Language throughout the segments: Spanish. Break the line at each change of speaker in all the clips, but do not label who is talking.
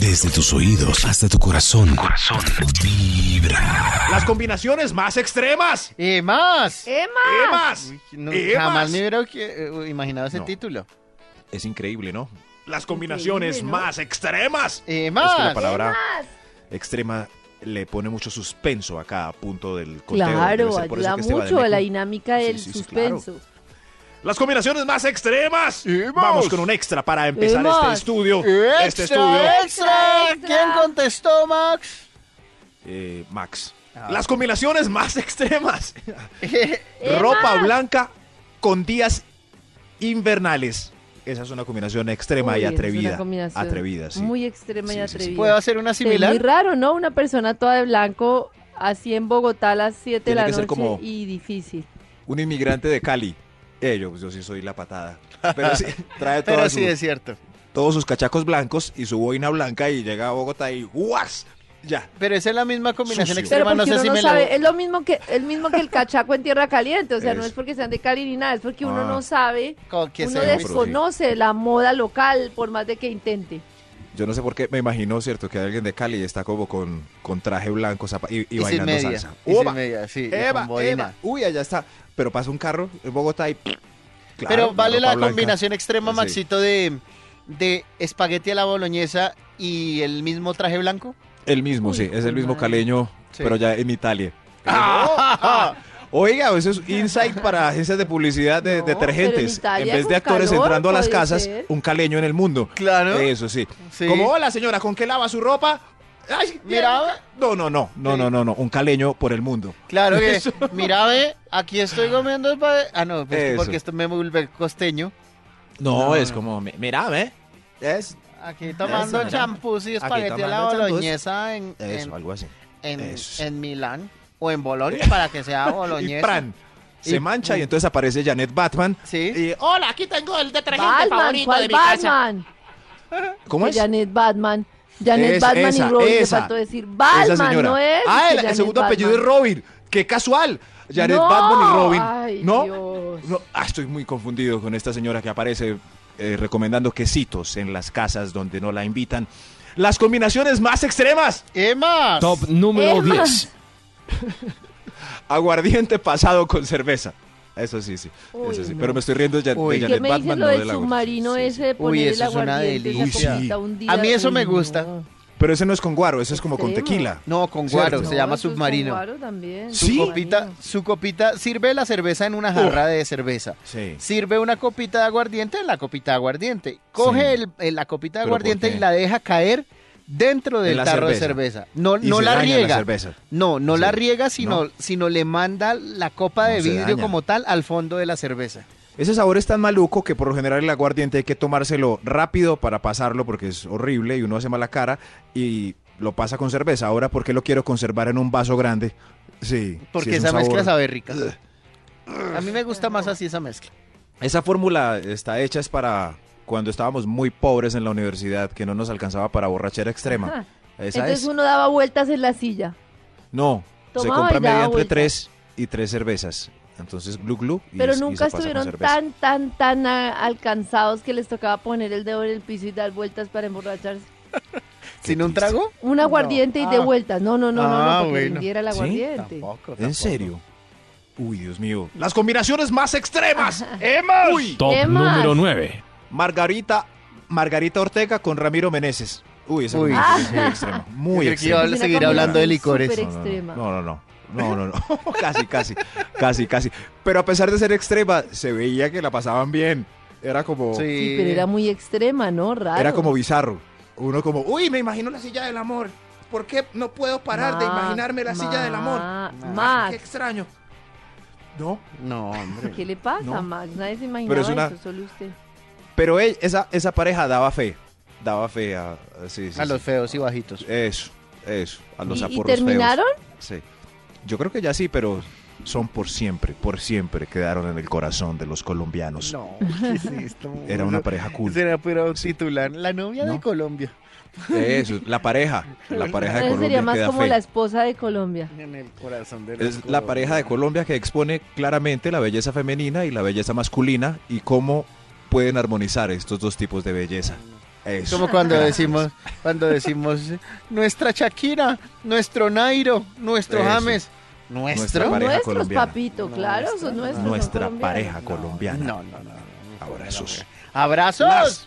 Desde tus oídos hasta tu corazón. Corazón. Vibra.
Las combinaciones más extremas.
¡Y más!
Eh,
¿Qué
¡Emma!
más?
Uy, no,
¿Qué
jamás
más?
me hubiera eh, imaginado ese
No.
título.
Es increíble, ¿no? Las combinaciones
Increíble, ¿no?
más extremas.
¡Y
Es que la
más!
palabra
¡Más!
extrema le pone mucho suspenso a cada punto del conteo. Debe
Claro,
ser por eso
ayuda
que este Esteban
mucho a la
Eneco-
dinámica
Sí,
del
sí, sí,
suspenso.
Las combinaciones más extremas.
¡Y más!
Vamos con un extra para empezar
¡Y más!
este estudio.
¡Extra,
este estudio.
extra!
Extra,
¿Quién
extra.
contestó, Max?
Eh, Max.
Ah.
Las combinaciones más extremas.
¡Emma!
Ropa blanca con días invernales. Esa es una combinación extrema
Uy,
y
es una
atrevida.
combinación
atrevida, sí.
Muy extrema y
Sí, sí, sí.
atrevida.
¿Puedo hacer una
Es muy
similar?
raro, ¿no? Una persona toda de blanco así en Bogotá a las 7 de
Tiene
la
que ser
noche
como-
y difícil.
Un inmigrante de Cali. Eh, yo, yo sí soy la patada. Pero sí, trae
Pero
todas
sí,
sus-
es cierto.
todos sus cachacos blancos y su boina blanca y llega a Bogotá y ¡guas! Ya.
Pero esa es la misma combinación
Sucio.
Pero
extrema,
porque
no sé
uno
si
no
me
sabe,
la...
es lo mismo que el mismo que el cachaco en tierra caliente, o sea, no
Eso.
es porque sean de Cali ni nada, es porque uno
Ah.
no sabe,
Como que
uno
se-
de-
desconoce la moda local por más de que intente.
Yo no sé por qué me imagino, ¿cierto? Que alguien de Cali está como con, con traje blanco zapa- y, y
Y, sin
bailando
media,
salsa.
y sin
¡Oba!
media, sí, y con
Eva,
boina.
Eva. Uy, allá está. Pero pasa un carro en Bogotá y. Claro,
Pero vale
ropa
la
blanca.
combinación extrema,
Sí.
Maxito, de, de espagueti a la boloñesa y el mismo traje blanco.
El mismo, sí. Es el mismo caleño,
Sí.
pero ya en Italia.
Ah,
Oiga, eso es insight para agencias de publicidad de
No, pero en
detergentes.
Italia
en vez
con
de actores
calor
entrando a las
puede
casas,
ser.
un caleño en el mundo.
Claro.
Eso sí.
Sí.
Como, hola señora, ¿con qué lava su ropa? Ay,
Mira.
No, no, no, no,
Sí.
no, no, no. Un caleño por el mundo.
Claro que, mira, ve, aquí estoy comiendo espa- Ah, no, pues,
Eso.
porque esto me vuelve costeño.
No,
No,
es
no.
como, mi- mira, ¿eh? Es
Aquí tomando
Eso, mira.
champús
Aquí
y espagueti a la
tomando champús.
boloñesa en,
eso,
en-
algo así.
en-
eso.
en Milán o en Bolonia para que sea
Y
boloñesa.
Fran se
Y-
mancha y entonces aparece Janet Batman.
Sí.
Y, oh, hola, aquí tengo el detergente
Batman,
este favorito
¿cuál
de mi casa.
Batman?
¿Cómo
Que
es?
Janet Batman. Janet
Es-
Batman
esa,
y Robin, le
esa.
faltó decir Batman, no es.
ah,
que
el, el
Janet
segundo apellido es
Batman.
Robin. Qué casual. Janet
No,
Batman y Robin.
ay,
¿No?
Dios.
No, ah, estoy muy confundido con esta señora que aparece eh, recomendando quesitos en las casas donde no la invitan. Las combinaciones más extremas.
¿Qué más?
Top número
Emma.
10.
Aguardiente pasado con cerveza. Eso sí, sí.
Uy,
eso sí.
no.
Pero me estoy riendo de, Jan- de
Uy. ¿Qué
¿Qué
Janet
me
Batman,
dices lo
no de
del
la
submarino
gordita. Sí,
ese
sí.
de
eso
poner el
es una
aguardiente, esa
delicia.
copita hundida?
A mí eso me
Uy,
gusta.
no.
Pero ese no es con guaro, ese es como con
Extremo.
tequila.
No, con
Cierto.
guaro, se
No,
llama
eso es con
submarino.
guaro también,
Sí.
Su
submarino.
copita, su copita, sirve la cerveza en una jarra de cerveza.
Sí.
Sirve una copita de aguardiente en la copita de aguardiente. Coge
Sí.
el- el- la copita de
¿Pero por
aguardiente
qué?
y la deja caer dentro
De
del
la
tarro de
cerveza.
cerveza. No,
Y
no
se
la
daña
riega.
cerveza.
no, no la
Sí.
riega, sino, sino le manda la copa
No
de
se
vidrio
daña.
como tal al fondo de la cerveza.
Ese sabor es tan maluco que por lo general el aguardiente hay que tomárselo rápido para pasarlo porque es horrible y uno hace mala cara y lo pasa con cerveza. Ahora, ¿por qué lo quiero conservar en un vaso grande? Sí.
Porque
sí es un
esa mezcla
sabor-
sabe rica. A mí me gusta más así esa mezcla.
Esa fórmula está hecha es para cuando estábamos muy pobres en la universidad que no nos alcanzaba para borrachera extrema.
Ajá.
Esa
Entonces
es.
uno daba vueltas en la silla.
No, se
Tomaba
compra
y daba
media entre
vuelta.
tres y tres cervezas. Entonces, glu glu. y-
Pero
y se
nunca
pasa con
estuvieron
cerveza.
tan, tan, tan ah, alcanzados que les tocaba poner el dedo en el piso y dar vueltas para emborracharse.
¿Sin un trago?
Un aguardiente y de
Ah.
vueltas. No, no, no, no, no,
Ah,
porque
bueno.
rindiera el
¿Sí?
aguardiente.
¿En serio? Uy, Dios mío. Las
Top
¿Qué más?
número 9.
Margarita, Margarita Ortega con Ramiro Meneses. Uy, ese
Uy, Ah.
momento es muy extremo. Muy
Yo creo que iba
extremo.
a
Es una
seguir hablando de
combinación
licores.
súper
No, no,
extrema.
No, no, no. No, no, no. casi, casi. Casi, casi. Pero a pesar de ser extrema, se veía que la pasaban bien. Era como.
Sí, pero era muy extrema, ¿no? Raro.
Era como bizarro. Uno como, uy, me imagino la silla del amor. ¿Por qué no puedo parar de
Max,
imaginarme la silla del amor?
Ma-
Ah,
Qué
Max,
extraño. No,
No, hombre.
¿qué le pasa,
No.
Max? Nadie se imaginaba
es una-
eso, solo usted.
pero ey, esa, esa pareja daba fe. Daba fe a, a- sí, sí,
A
sí.
los feos y bajitos.
Eso, eso, a los
¿Y- ¿Y,
aporros feos.
terminaron?
Sí. Yo creo que ya sí, pero son por siempre, por siempre quedaron en el corazón de los colombianos.
No, ¿qué es esto?
Era una pareja cool.
Será puro titular. La novia de
¿No?
Colombia.
Eso, la pareja, la pareja de
Entonces sería
Colombia
más
queda
como
fe.
la esposa de Colombia.
En el corazón de
Es la pareja de Colombia que expone claramente la belleza femenina y la belleza masculina y cómo pueden armonizar estos dos tipos de belleza. Eso.
Como cuando
Gracias.
decimos, cuando decimos nuestra Shakira, nuestro Nairo, nuestro
Eso.
James,
Nuestra
nuestro.
pareja
nuestros,
colombiana.
papito, claro, son nuestros. son
Nuestra
colombianos.
pareja colombiana.
No, no, no.
Ahora esos.
Abrazos.
Las,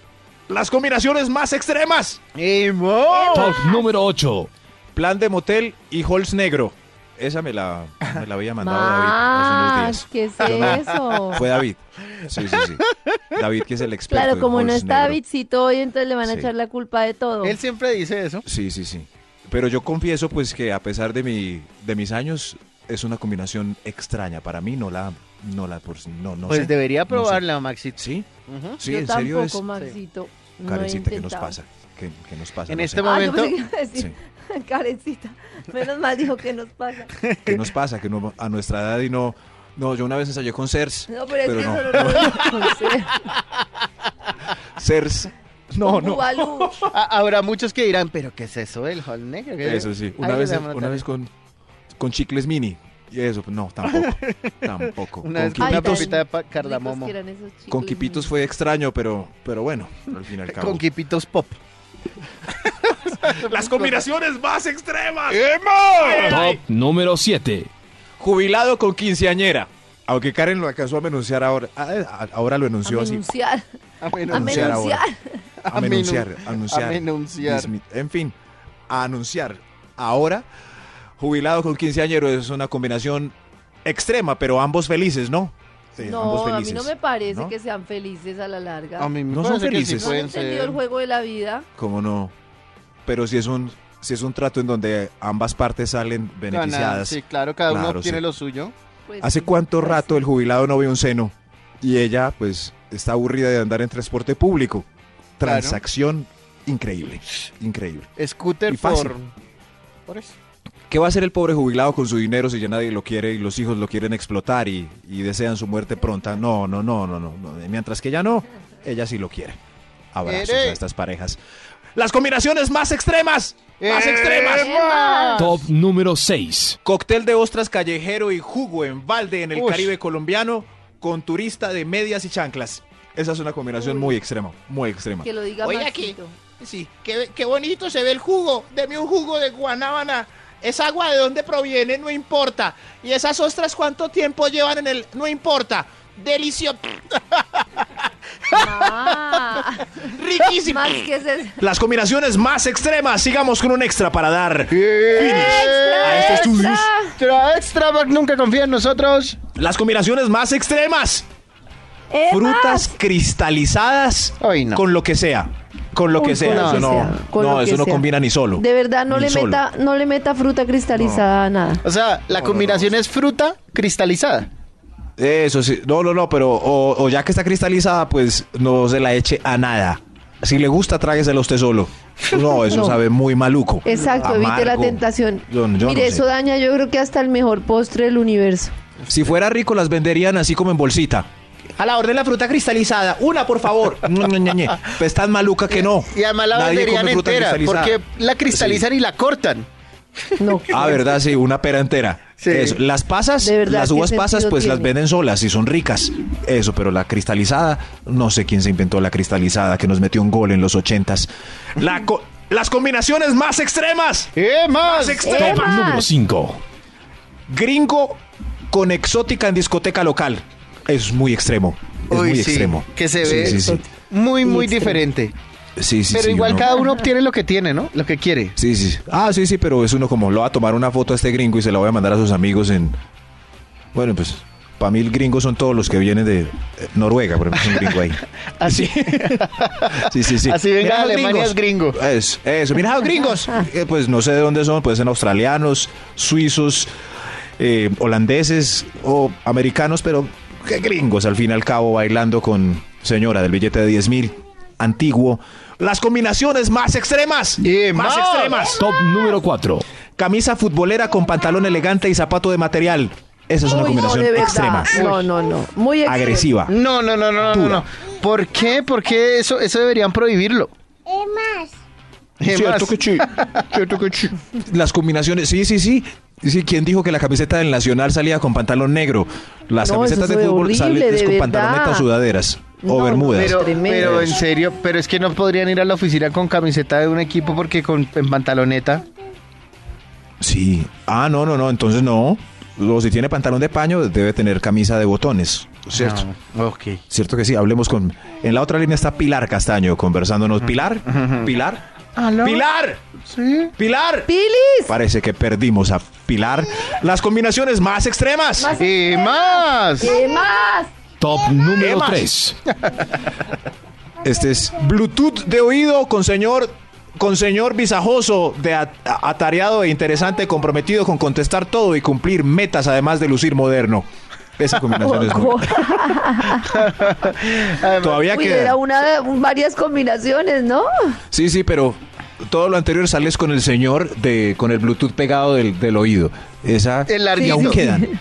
las combinaciones más extremas.
Y mo-
Top número 8.
Plan de motel y Halls negro. Esa me la, me la había mandado David hace unos
Más,
días.
¿qué es
Yo no-
eso?
Fue David. Sí, sí, sí. David, que es el experto.
Claro,
en
como no
halls
está
negro.
Davidcito hoy, entonces le van a
Sí.
echar la culpa de todo.
Él siempre dice eso.
Sí, sí, sí. Pero yo confieso, pues, que a pesar de, mi, de mis años, es una combinación extraña. Para mí no la... No la... Por, no, no
pues
sé.
debería
No sé.
probarla, Maxito.
Sí,
Ujú.
sí,
Yo
en serio es...
tampoco, Maxito. no he
Karencita, ¿qué nos
intentado.
pasa? ¿Qué, qué nos pasa?
En
No
este
sé.
Ah, yo
momento-
pensé que iba a decir, Karencita. Menos mal dijo que nos pasa.
¿Qué nos pasa? Que no, a nuestra edad y no... No, yo una vez ensayé con CERS.
No, pero es que
no.
eso no lo voy a conocer.
CERS. No,
Con
no.
Bubalú.
A- Ah, habrá muchos que dirán, pero ¿qué es eso del hall negro? ¿Qué-
Eso sí.
Ahí
Una
lo
vez,
llaman
una
también.
vez con, con chicles mini. Y eso, pues, no, tampoco. tampoco.
Una vez
con,
con una
quipitos,
papita de pa-
Ricos
cardamomo.
que eran esos chicles,
con quipitos
niños.
fue extraño, pero, pero bueno, al fin y al cabo.
Con quipitos pop.
Las combinaciones más extremas.
Top número 7.
Jubilado con quinceañera. Aunque Karen lo alcanzó a menunciar ahora. a- eh, a- ahora lo enunció
A
así.
menunciar.
A
A
Anunciar
menunciar.
ahora. A
A menu-
menunciar. a Anunciar.
a menunciar.
Dismi- En fin, a anunciar. Ahora, jubilado con quinceañero es una combinación extrema, pero ambos felices, ¿no? Sí,
No,
eh, ambos
a mí no me parece
¿no?
que sean felices a la larga.
A mí me
No son
parece que sí
felices.
no han
pueden
entendido
ser.
el juego de la vida.
¿Cómo no? Pero si es un, si es un trato en donde ambas partes salen
Ganan,
beneficiadas.
Sí, claro, cada
Claro,
uno tiene
sí.
lo suyo.
pues,
¿Hace cuánto
pues,
rato el jubilado no ve un seno? Y ella, pues, está aburrida de andar en transporte público.
Claro.
Transacción increíble, increíble. Y
Scooter
fácil.
por... por eso.
¿Qué va a hacer el pobre jubilado con su dinero si ya nadie lo quiere y los hijos lo quieren explotar y, y desean su muerte pronta? No, no, no, no, no, no. Mientras que ella no, ella sí lo quiere. Abrazos
Ere.
a estas parejas. Las combinaciones más extremas, más
¡Eh!
extremas.
¡Emma!
Top número 6.
Cóctel de ostras callejero y jugo en balde en el
Ush.
Caribe colombiano con turista de medias y chanclas. Esa es una combinación
Uy.
muy extrema, muy extrema.
Que lo diga
Oiga,
Maxito.
Pues Sí, qué, qué bonito se ve el jugo. Deme un jugo de guanábana. Es agua de dónde proviene, no importa. Y esas ostras, ¿cuánto tiempo llevan en el...? No importa. Delicioso.
Ah,
Riquísimo.
Max, ¿qué es eso?
Las combinaciones más extremas. Sigamos con un extra para dar.
¡Extra!
este estudio.
¡Extra! ¡Extra! Mac nunca confía en nosotros.
Las combinaciones más extremas.
¡Emma!
Frutas cristalizadas
Ay, no.
con lo que sea. Con lo
Uy,
que sea.
con lo
Eso
que
no,
sea, con
no,
lo que
eso no
sea.
combina ni solo.
De verdad, no
Ni
le,
solo.
meta, no le meta fruta cristalizada a nada.
O sea, la combinación es fruta cristalizada.
Eso sí. No, no, no, pero o, o ya que está cristalizada, pues no se la eche a nada. Si le gusta, tráguesela usted solo. No, eso
No.
sabe muy maluco.
Exacto, evite la
Amargo.
tentación.
Yo- yo no
Mire,
sé.
eso daña yo creo que hasta el mejor postre del universo.
Si fuera rico, las venderían así como en bolsita.
A la orden la fruta cristalizada. Una, por favor.
Pues tan maluca que no.
Y además la
Nadie
venderían
come fruta
entera,
cristalizada.
porque la cristalizan y la cortan.
No.
Ah, verdad, sí, una pera entera.
Sí.
Eso. Las pasas,
De verdad,
las
¿qué
uvas pasas,
sentido
pues las
tiene?
venden solas y son ricas. Eso, pero la cristalizada, no sé quién se inventó la cristalizada que nos metió un gol en los ochentas. La co- las combinaciones más extremas.
¡Eh, más!
Más
¡Eh,
extremas.
Top
más!
número 5.
Gringo con exótica en discoteca local. Eso es muy extremo. Es
Uy,
muy
sí,
extremo.
Que se
Sí,
ve
Sí, sí,
muy, muy
Extremo.
diferente.
Sí, sí,
Pero
sí,
igual
uno-
cada uno obtiene lo que tiene, ¿no? Lo que quiere.
Sí, sí. Ah, sí, sí, pero es uno como lo va a tomar una foto a este gringo y se la voy a mandar a sus amigos en. Bueno, pues para mí el gringo son todos los que vienen de eh, Noruega, por ejemplo, es un gringo ahí.
Así,
Sí, sí, sí.
así venga
Mira
de
los
Alemania
gringos.
es gringo.
Eso, eso. Mira los gringos. Eh, pues no sé de dónde son, pueden ser australianos, suizos, eh, holandeses o americanos, pero qué gringos al fin y al cabo bailando con señora del billete de 10 mil, antiguo. Las combinaciones más extremas.
Y
más
más.
extremas.
Top número 4.
Camisa futbolera con pantalón elegante y zapato de material. Esa es una
Uy, no,
combinación
de verdad.
extrema,
No, no, no. Muy extrema.
agresiva.
No, no, no, no, no, no,
Dura.
no. ¿Por qué? ¿Por qué eso, eso deberían prohibirlo? Es más.
Cierto que sí, cierto que sí. Las combinaciones, sí, sí, sí. Sí, ¿quién dijo que la camiseta del Nacional salía con pantalón negro? Las
No,
camisetas
eso
de
se ve
fútbol
horrible,
salen
de
con
verdad.
pantalonetas sudaderas. o
No,
bermudas.
Judas.
Pero,
Tremendo.
pero en serio, pero es que no podrían ir a la oficina con camiseta de un equipo porque con, en pantaloneta.
Sí. Ah, no, no, no. Entonces no. O si tiene pantalón de paño, debe tener camisa de botones. ¿Cierto?
No, ok.
Cierto que sí. Hablemos con. En la otra línea está Pilar Castaño conversándonos. Pilar, Pilar,
¿Aló?
Pilar,
Sí.
Pilar.
¡Pilis!
Parece que perdimos a Pilar. Las combinaciones más extremas.
Más-
Y más.
¿Qué más?
Top número
Emas.
3.
Este es Bluetooth de oído con señor con señor visajoso de at- atareado e interesante comprometido con contestar todo y cumplir metas además de lucir moderno. Esa combinación es muy- todavía
Uy,
queda.
era una, varias combinaciones, ¿no?
Sí, sí, pero todo lo anterior sales con el señor de con el Bluetooth pegado del, del oído. Esa
El
y
larguito.
aún quedan.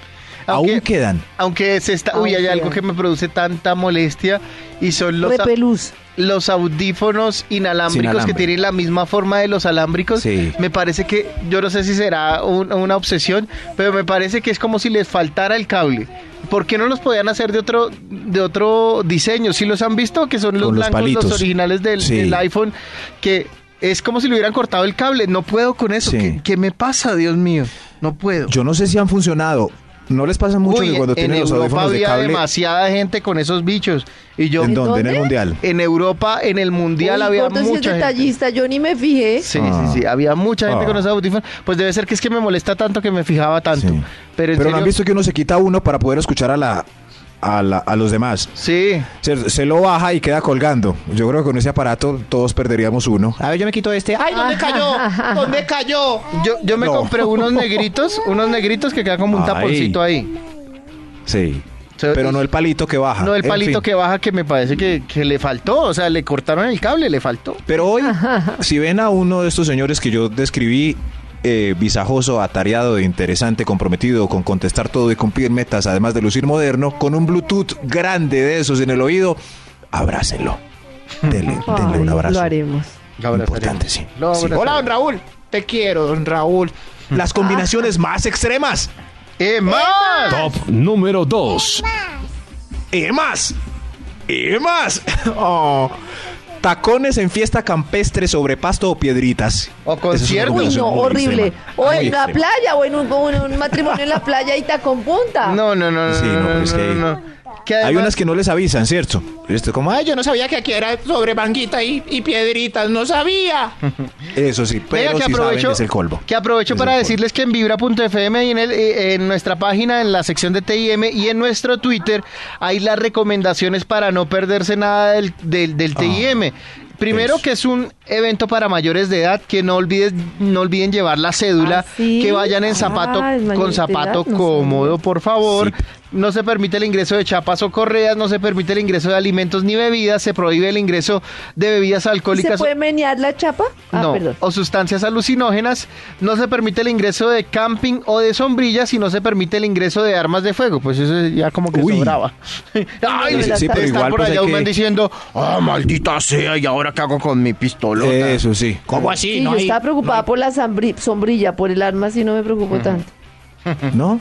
Aunque-
Aún quedan.
Aunque se está. Uy, hay
Aunque-
algo que me produce tanta molestia y son los, a-
Repelús.
los audífonos inalámbricos
Sin alambre.
que tienen la misma forma de los alámbricos.
Sí.
Me parece que, yo no sé si será un- una obsesión, pero me parece que es como si les faltara el cable. ¿Por qué no los podían hacer de otro, de otro diseño? Si los han visto, que son los,
Con los
blancos,
palitos.
los originales del,
Sí.
del iPhone, que es como si le hubieran cortado el cable. No puedo con eso.
Sí.
¿Qué, qué me pasa, Dios mío? No puedo.
Yo no sé si han funcionado. ¿No les pasa mucho
Uy,
que cuando
en
tienen los
Europa
audífonos de
había
cable
demasiada gente con esos bichos. Y yo
en
en,
dónde? En el
dónde?
mundial.
Europa, en el mundial
Uy,
había
Gordo, sí es
mucha gente.
detallista, yo ni me fijé.
Sí,
Ah.
sí, sí, había mucha gente
Ah.
con esos audífonos. Pues debe ser que es que me molesta tanto que me fijaba tanto.
Sí.
Pero, en
Pero no han
serio-
visto que uno se quita uno para poder escuchar a la a, la- a los demás.
Sí.
Se, se lo baja y queda colgando. Yo creo que con ese aparato todos perderíamos uno. A ver, yo me quito este.
¡Ay, dónde cayó! ¿Dónde cayó?
Yo, yo me
No.
compré unos negritos, unos negritos que quedan como un
Ay.
taponcito ahí.
Sí.
Se-
Pero no el palito que baja.
No el
Ah, En
palito
fin.
que baja que me parece que, que le faltó. O sea, le cortaron el cable, le faltó.
Pero hoy, si ven a uno de estos señores que yo describí, eh, visajoso, atareado, interesante, comprometido con contestar todo y cumplir metas, además de lucir moderno, con un Bluetooth grande de esos en el oído, abrácenlo. Denle, denle un
Ay,
abrazo.
Lo haremos.
Lo abrazaré.
Importante, sí.
Lo
Sí.
abrazaré.
Hola, don Raúl. Te quiero, don Raúl.
Las
Ah.
combinaciones más extremas.
¡Eh, más!
Top número 2.
¡Eh, más! ¡Eh, más! Oh. Tacones en fiesta campestre sobre pasto o piedritas. Esa es
O
una
concierto.
Uy,
combinación este,
no,
muy
horrible.
extrema,
O
muy
en la
extrema.
playa, o en un, o en un matrimonio en la playa y tacón punta.
No, no, no, no,
Sí, no,
no,
pero es
no,
que-
no, no. Que
Hay
además-
unas que no les avisan, ¿cierto? Esto, como,
Ay,
ay,
yo no sabía que aquí era sobre manguita y, y piedritas. No sabía.
Eso sí, pero
Venga,
si saben es el colmo.
Que aprovecho
Es
para
el
decirles que en vibra.fm y en, el, eh, en nuestra página, en la sección de TIM y en nuestro Twitter, hay las recomendaciones para no perderse nada del, del, del TIM. Primero
Ah, eso.
que es un evento para mayores de edad, que no olvides, no olviden llevar la cédula,
¿Ah, sí?
que vayan en zapato
Ah, es mayor
con
de
zapato
edad, no
cómodo, por favor.
Sí.
No se permite el ingreso de chapas o correas, no se permite el ingreso de alimentos ni bebidas, se prohíbe el ingreso de bebidas
¿Y ¿Se
alcohólicas
puede menear la chapa? Ah,
no,
perdón.
o sustancias alucinógenas, no se permite el ingreso de camping o de sombrillas y no se permite el ingreso de armas de fuego, pues eso ya como que
Uy.
sobraba. Ay,
Sí, sí,
está
pero
igual,
por
pues,
allá
hay
un man
que-
diciendo, "Ah, maldita sea, y ahora qué hago con mi pistola."
Eso sí.
¿Cómo así?
Sí,
no
yo
hay-
estaba preocupada por la zambri- sombrilla, por el arma, si no me preocupo tanto.
¿No?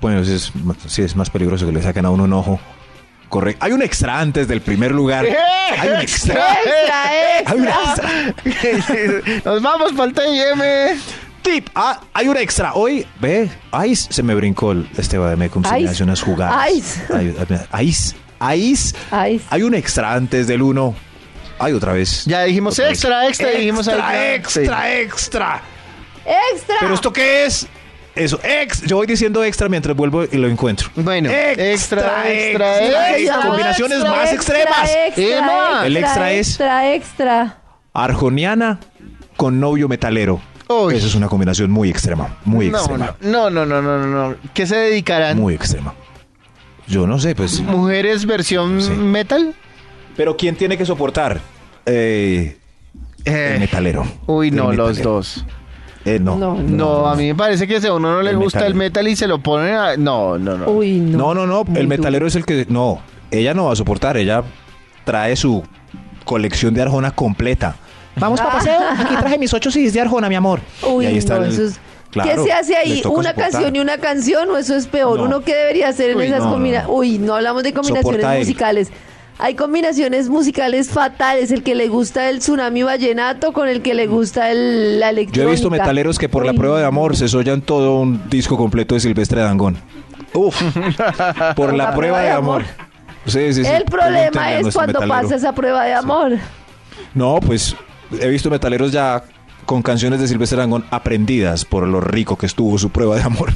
Bueno, sí es, sí es más peligroso que le saquen a uno un ojo. Correcto. Hay un extra antes del primer lugar. Hay un extra.
¡Extra,
Hay un
extra!
extra.
Nos vamos para el TIM.
Tip. Ah, hay un extra. Hoy, ve, Ice se me brincó el Esteban de Mecum. Se me
Ice.
hace unas jugadas.
Ice.
Ay, ay, Ice. Ice.
Ice.
Hay un extra antes del uno. Ay, otra vez.
Ya dijimos
Otra vez.
extra, extra, dijimos
extra,
ahí-
extra, extra.
¡Extra!
¿Pero esto qué es? Eso, ex. Yo voy diciendo extra mientras vuelvo y lo encuentro.
Sí. Bueno, extra, extra,
extra.
extra.
Las combinaciones
Extra,
más
extra,
extremas.
extra,
Emma.
El extra es-
Extra, extra.
Arjoniana con novio metalero.
Uy.
Esa es una combinación muy extrema. Muy
No,
extrema.
no, no, no, no, no, no. ¿Qué se dedicarán?
Muy extrema. Yo no sé, pues.
Mujeres versión
Sí.
metal.
Pero ¿quién tiene que soportar? Eh,
Eh,
el metalero.
Uy,
El
no, los
metalero.
dos.
Eh, no.
No,
No,
No, a mí me parece que si a uno no le
El
gusta el metal y se lo ponen a... No, no, no.
Uy, no.
no, no.
Muy
El
duro.
metalero es el que. No. Ella no va a soportar. Ella trae su colección de Arjona completa. Vamos para paseo. Aquí traje mis ocho CDs de Arjona, mi amor.
Uy,
Y ahí está
no,
el-
eso es-
Claro,
¿Qué se hace
les
ahí?
toca
¿Una
soportar.
canción y una canción? ¿O eso es peor?
No.
¿Uno qué debería hacer en
Uy,
esas
no, no,
combinaciones?
no.
Uy, no hablamos de combinaciones
Soporta él.
musicales. Hay combinaciones musicales fatales, el que le gusta el tsunami vallenato con el que le gusta el, la
Yo
electrónica.
he visto metaleros que por la
Uy,
prueba de amor se sollan todo un disco completo de Silvestre Dangón. Uf, por la prueba de amor. Sí, sí, sí.
El
Pregúntenle
problema
a
es
nuestro
cuando
metalero.
pasa esa prueba de amor.
No, pues he visto metaleros ya con canciones de Silvestre Dangón aprendidas por lo rico que estuvo su prueba de amor.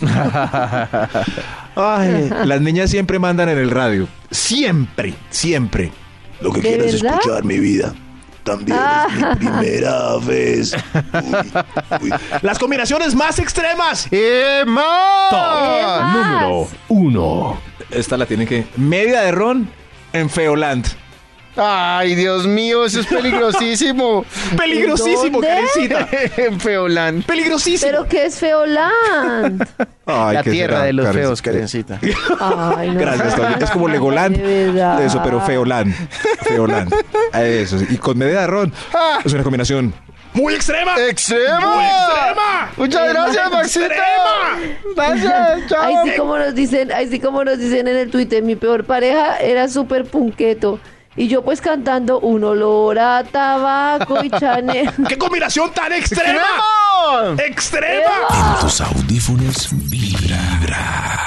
Ay, las niñas siempre mandan en el radio. Siempre, siempre. Lo que
¿De
quieras es
verdad?
escuchar, mi vida. También es
Ah.
mi primera vez. Uy, uy. Las combinaciones más extremas. Ah,
¡Emma!
número.
Esta la tiene que. Media de ron en Feoland.
Ay, Dios mío, eso es peligrosísimo.
Peligrosísimo,
¿Dónde?
Karencita.
en Feolán.
Peligrosísimo.
Pero que es Feoland.
Ay,
La
¿qué
tierra
será,
de los
Karencita?
feos, Karencita.
Ay, no.
Gracias, Toño. Es como Legoland.
De verdad.
Eso, pero Feoland. Feoland. Eso. sí. Y con media de ron. Es una combinación. ¡Muy extrema!
¡Extrema! Muchas gracias, Maxito. Gracias, chao.
Ahí sí como nos dicen, ahí sí como nos dicen en el Twitter, mi peor pareja era súper punqueto. Y yo pues cantando un olor a tabaco y chanel.
¡Qué combinación tan extrema!
¡Extrema!
¡Extrema!
En tus audífonos vibra.